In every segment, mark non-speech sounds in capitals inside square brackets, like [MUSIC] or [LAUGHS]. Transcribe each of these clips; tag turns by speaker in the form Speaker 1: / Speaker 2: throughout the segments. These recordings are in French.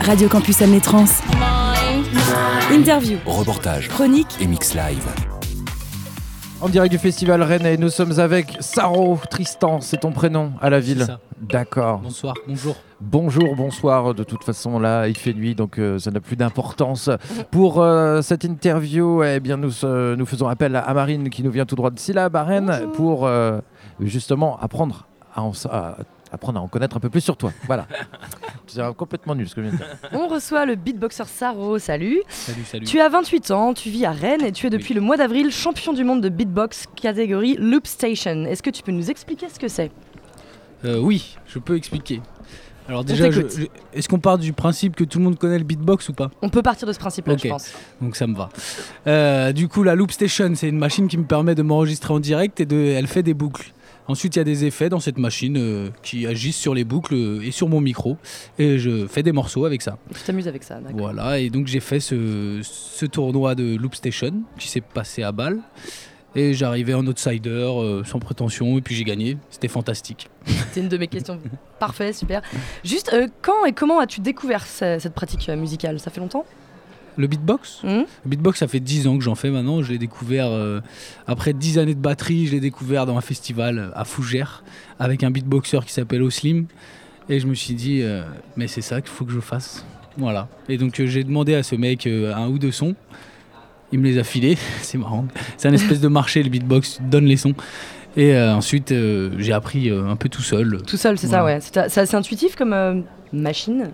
Speaker 1: Radio Campus Amnétrans. Interview,
Speaker 2: Reportage
Speaker 1: chronique,
Speaker 2: et mix live.
Speaker 3: En direct du festival Rennes et nous sommes avec Saro Tristan, c'est ton prénom à la ville.
Speaker 4: C'est ça.
Speaker 3: D'accord.
Speaker 4: Bonsoir, bonjour.
Speaker 3: Bonjour, bonsoir. De toute façon, là, il fait nuit, donc euh, ça n'a plus d'importance. Pour euh, cette interview, eh bien, nous, euh, nous faisons appel à Marine qui nous vient tout droit de Syllab à Rennes pour euh, justement apprendre à, en, à- apprendre à en connaître un peu plus sur toi.
Speaker 4: [LAUGHS]
Speaker 3: Voilà. C'est complètement nul ce que je viens de dire.
Speaker 5: On reçoit le beatboxer Saro, salut.
Speaker 4: Salut, salut.
Speaker 5: Tu as 28 ans, tu vis à Rennes et tu es depuis le mois d'avril champion du monde de beatbox catégorie Loop Station. Est-ce que tu peux nous expliquer ce que c'est
Speaker 4: Euh, oui, je peux expliquer. Alors déjà, je-
Speaker 5: t'écoute.
Speaker 4: je- est-ce qu'on part du principe que tout le monde connaît le beatbox ou pas
Speaker 5: On peut partir de ce principe-là,
Speaker 4: Ok.
Speaker 5: je pense.
Speaker 4: Donc ça me va. Euh, du coup, la Loop Station, c'est une machine qui me permet de m'enregistrer en direct et de, elle fait des boucles. Ensuite, il y a des effets dans cette machine euh, qui agissent sur les boucles euh, et sur mon micro. Et je fais des morceaux avec ça.
Speaker 5: Tu t'amuses avec ça, d'accord.
Speaker 4: Voilà, et donc j'ai fait ce, ce tournoi de Loop Station qui s'est passé à Bâle. Et j'arrivais en outsider, euh, sans prétention, et puis j'ai gagné. C'était fantastique.
Speaker 5: C'est une de mes questions. [LAUGHS] Parfait, super. Juste, euh, quand et comment as-tu découvert ce- cette pratique euh, musicale Ça fait longtemps
Speaker 4: Le beatbox
Speaker 5: Hmm
Speaker 4: Le beatbox, ça fait 10 ans que j'en fais maintenant. Je l'ai découvert euh, après 10 années de batterie. Je l'ai découvert dans un festival euh, à Fougères avec un beatboxer qui s'appelle Oslim. Et je me suis dit, euh, mais c'est ça qu'il faut que je fasse. Voilà. Et donc euh, j'ai demandé à ce mec euh, un ou deux sons. Il me les a filés. [LAUGHS] c'est marrant. C'est un espèce de marché, le beatbox, tu te donnes les sons. Et euh, ensuite, euh, j'ai appris euh, un peu tout seul.
Speaker 5: Tout seul, c'est ça,
Speaker 4: Voilà.
Speaker 5: ouais. C'est c'est assez intuitif comme euh, machine.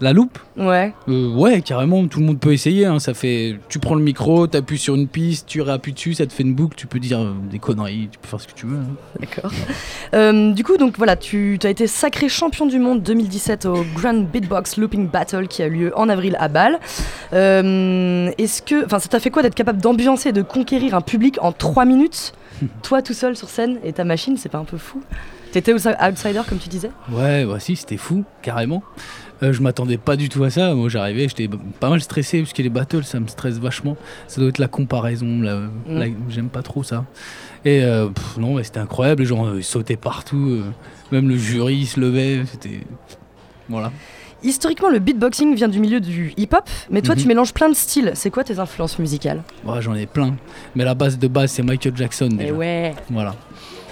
Speaker 4: La loupe,
Speaker 5: Ouais.
Speaker 4: Euh, ouais, carrément, tout le monde peut essayer. hein, Ça fait, tu prends le micro, t'appuies sur une piste, tu réappuies dessus, ça te fait une boucle. Tu peux dire euh, des conneries, tu peux faire ce que tu veux. hein.
Speaker 5: D'accord. Euh, du coup, donc voilà, tu as été sacré champion du monde 2017 au Grand Beatbox Looping Battle qui a lieu en avril à Bâle. Euh, Est-ce que, enfin, ça t'a fait quoi d'être capable d'ambiancer et de conquérir un public en 3 [LAUGHS] minutes Toi tout seul sur scène et ta machine, c'est pas un peu fou T'étais outs- outsider comme tu disais
Speaker 4: Ouais, bah si, c'était fou, carrément. Euh, je m'attendais pas du tout à ça. Moi, j'arrivais, j'étais b- pas mal stressé parce que les battles, ça me stresse vachement. Ça doit être la comparaison. la- la- J'aime pas trop ça. Et euh, pff, non, mais c'était incroyable. Les gens euh, ils sautaient partout. euh, même le jury il se levait. C'était voilà.
Speaker 5: Historiquement, le beatboxing vient du milieu du hip-hop, mais toi
Speaker 4: Mhm.
Speaker 5: tu mélanges plein de styles. C'est quoi tes influences musicales
Speaker 4: Ouais, J'en ai plein. Mais la base de base, c'est Michael Jackson
Speaker 5: Eh
Speaker 4: déjà.
Speaker 5: ouais,
Speaker 4: Voilà.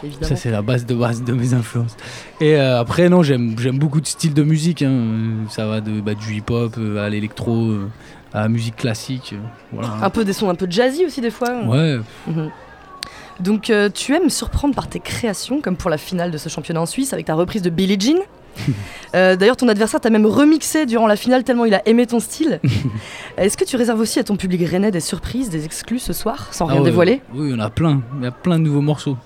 Speaker 4: Ça,
Speaker 5: évidemment.
Speaker 4: c'est la base de base de mes influences. Et euh, après, non, j'aime j'aime beaucoup de styles de musique. hein. Euh, Ça va de, bah, du hip-hop euh, à l'électro, euh, à la musique classique. euh,
Speaker 5: Un
Speaker 4: Voilà.
Speaker 5: peu des sons un peu jazzy aussi des fois.
Speaker 4: Ouais,
Speaker 5: Donc euh, tu aimes surprendre par tes créations, comme pour la finale de ce championnat en Suisse avec ta reprise de
Speaker 4: [LAUGHS]
Speaker 5: Billie Jean. Euh, D'ailleurs, ton adversaire t'a même remixé durant la finale tellement il a aimé
Speaker 4: [LAUGHS]
Speaker 5: ton style. Est-ce que tu réserves aussi à ton public rennais des surprises, des exclus ce soir, sans rien
Speaker 4: Ah ouais,
Speaker 5: dévoiler
Speaker 4: Oui, il y en a plein. Il y a plein de nouveaux morceaux.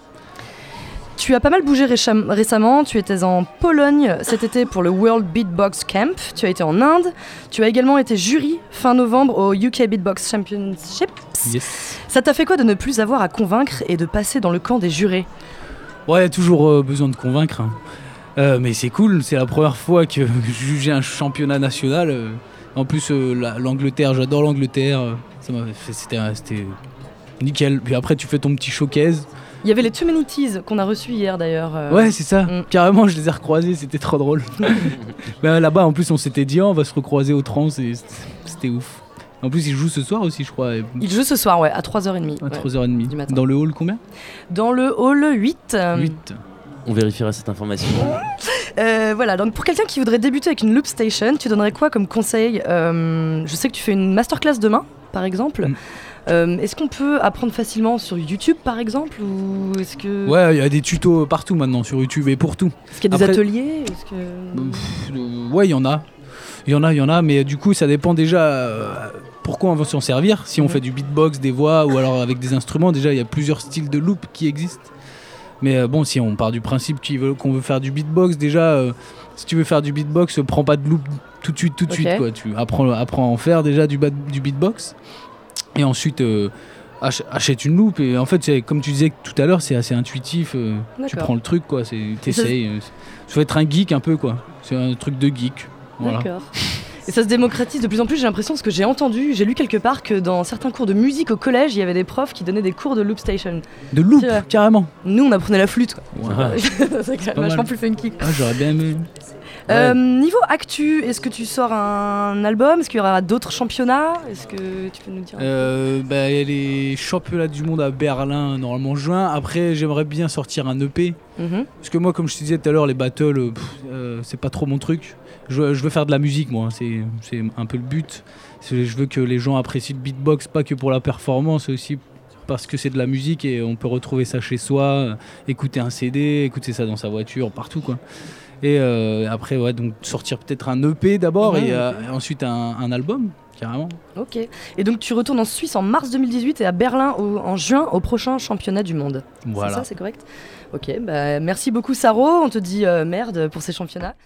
Speaker 5: Tu as pas mal bougé récham- récemment. Tu étais en Pologne cet été pour le World Beatbox Camp. Tu as été en Inde. Tu as également été jury fin novembre au UK Beatbox Championship.
Speaker 4: Yes.
Speaker 5: Ça t'a fait quoi de ne plus avoir à convaincre et de passer dans le camp des jurés
Speaker 4: Ouais, il y a toujours euh, besoin de convaincre. hein. Euh, mais c'est cool, c'est la première fois que [LAUGHS] je jugeais un championnat national. euh. En plus, euh, la- l'Angleterre, j'adore l'angleterre. euh, ça m'a fait- C'était c'était nickel. Puis après, tu fais ton petit showcase.
Speaker 5: Il y avait les Too Many Teas qu'on a reçus hier d'ailleurs. euh,
Speaker 4: Ouais, c'est ça.
Speaker 5: Mm.
Speaker 4: Carrément, je les ai recroisés, c'était trop
Speaker 5: [LAUGHS]
Speaker 4: drôle. Mais euh, là-bas, en plus, on s'était dit, Ah, on va se recroiser au trans, et c- c'était ouf. En plus, ils jouent ce soir aussi, je crois, et-
Speaker 5: Il joue ce soir, ouais, à 3h30.
Speaker 4: à
Speaker 5: ouais.
Speaker 4: 3h30.
Speaker 5: du matin.
Speaker 4: Dans le hall, combien
Speaker 5: Dans le hall 8. euh,
Speaker 4: 8.
Speaker 6: On vérifiera cette information.
Speaker 5: euh, voilà, donc pour quelqu'un qui voudrait débuter avec une loop station, tu donnerais quoi comme conseil Euh, Je sais que tu fais une masterclass demain, par exemple.
Speaker 4: Mm.
Speaker 5: Euh, est-ce qu'on peut apprendre facilement sur YouTube, par exemple Ou est-ce que.
Speaker 4: Ouais, il y a des tutos partout maintenant sur YouTube et pour tout.
Speaker 5: Est-ce qu'il y a des
Speaker 4: Après-
Speaker 5: ateliers Est-ce que-
Speaker 4: Pff, euh, ouais, il y en a. Il y en a, il y en a, mais euh, du coup, ça dépend déjà euh, pourquoi on va s'en servir. Si on fait du beatbox, des voix ou alors avec des instruments, déjà, il y a plusieurs styles de loop qui existent. Mais euh, bon, si on part du principe qu'il veut- qu'on veut faire du beatbox, déjà, euh, si tu veux faire du beatbox, euh, prends pas de loop tout de suite, tout de
Speaker 5: Ok.
Speaker 4: suite. Quoi. Tu apprends, apprends à en faire déjà du, bat- du beatbox. Et ensuite, euh, ach- achète une loupe. Et en fait, c'est comme tu disais tout à l'heure, c'est assez intuitif. euh, tu
Speaker 5: D'accord.
Speaker 4: prends le truc, quoi. c'est- T'essayes. euh, c'est- Il faut être un geek un peu, quoi. C'est un truc de geek. Voilà.
Speaker 5: D'accord. Et ça se démocratise de plus en plus, j'ai l'impression, parce que j'ai entendu, j'ai lu quelque part que dans certains cours de musique au collège, il y avait des profs qui donnaient des cours de loop station.
Speaker 4: De loop,
Speaker 5: Tu vois.
Speaker 4: carrément.
Speaker 5: Nous, on apprenait la flûte, quoi.
Speaker 4: Ouais.
Speaker 5: [LAUGHS] c'est quand même
Speaker 4: mal.
Speaker 5: vachement plus funky.
Speaker 4: Ah, J'aurais bien aimé.
Speaker 5: Euh, niveau actu, est-ce que tu sors un album Est-ce qu'il y aura d'autres championnats Est-ce que tu peux nous dire
Speaker 4: Euh, bah, il y a les championnats du monde à Berlin, normalement en juin. Après, j'aimerais bien sortir un E EP.
Speaker 5: Mhm.
Speaker 4: Parce que moi, comme je te disais tout à l'heure, les battles, euh, pff, euh, c'est pas trop mon truc. Je, je veux faire de la musique, moi. hein. C'est c'est un peu le but. C'est- Je veux que les gens apprécient le beatbox, pas que pour la performance, aussi parce que c'est de la musique et on peut retrouver ça chez soi, euh, écouter un CD, écouter ça dans sa voiture, partout, quoi. Et euh, après, ouais, donc sortir peut-être un EP d'abord
Speaker 5: Ouais,
Speaker 4: et, euh, et ensuite un, un album, carrément.
Speaker 5: Ok. Et donc tu retournes en Suisse en mars 2018 et à Berlin au- en juin au prochain championnat du monde. C'est
Speaker 4: Voilà.
Speaker 5: ça, c'est correct Ok, bah, merci beaucoup Saro, on te dit euh, merde pour ces championnats.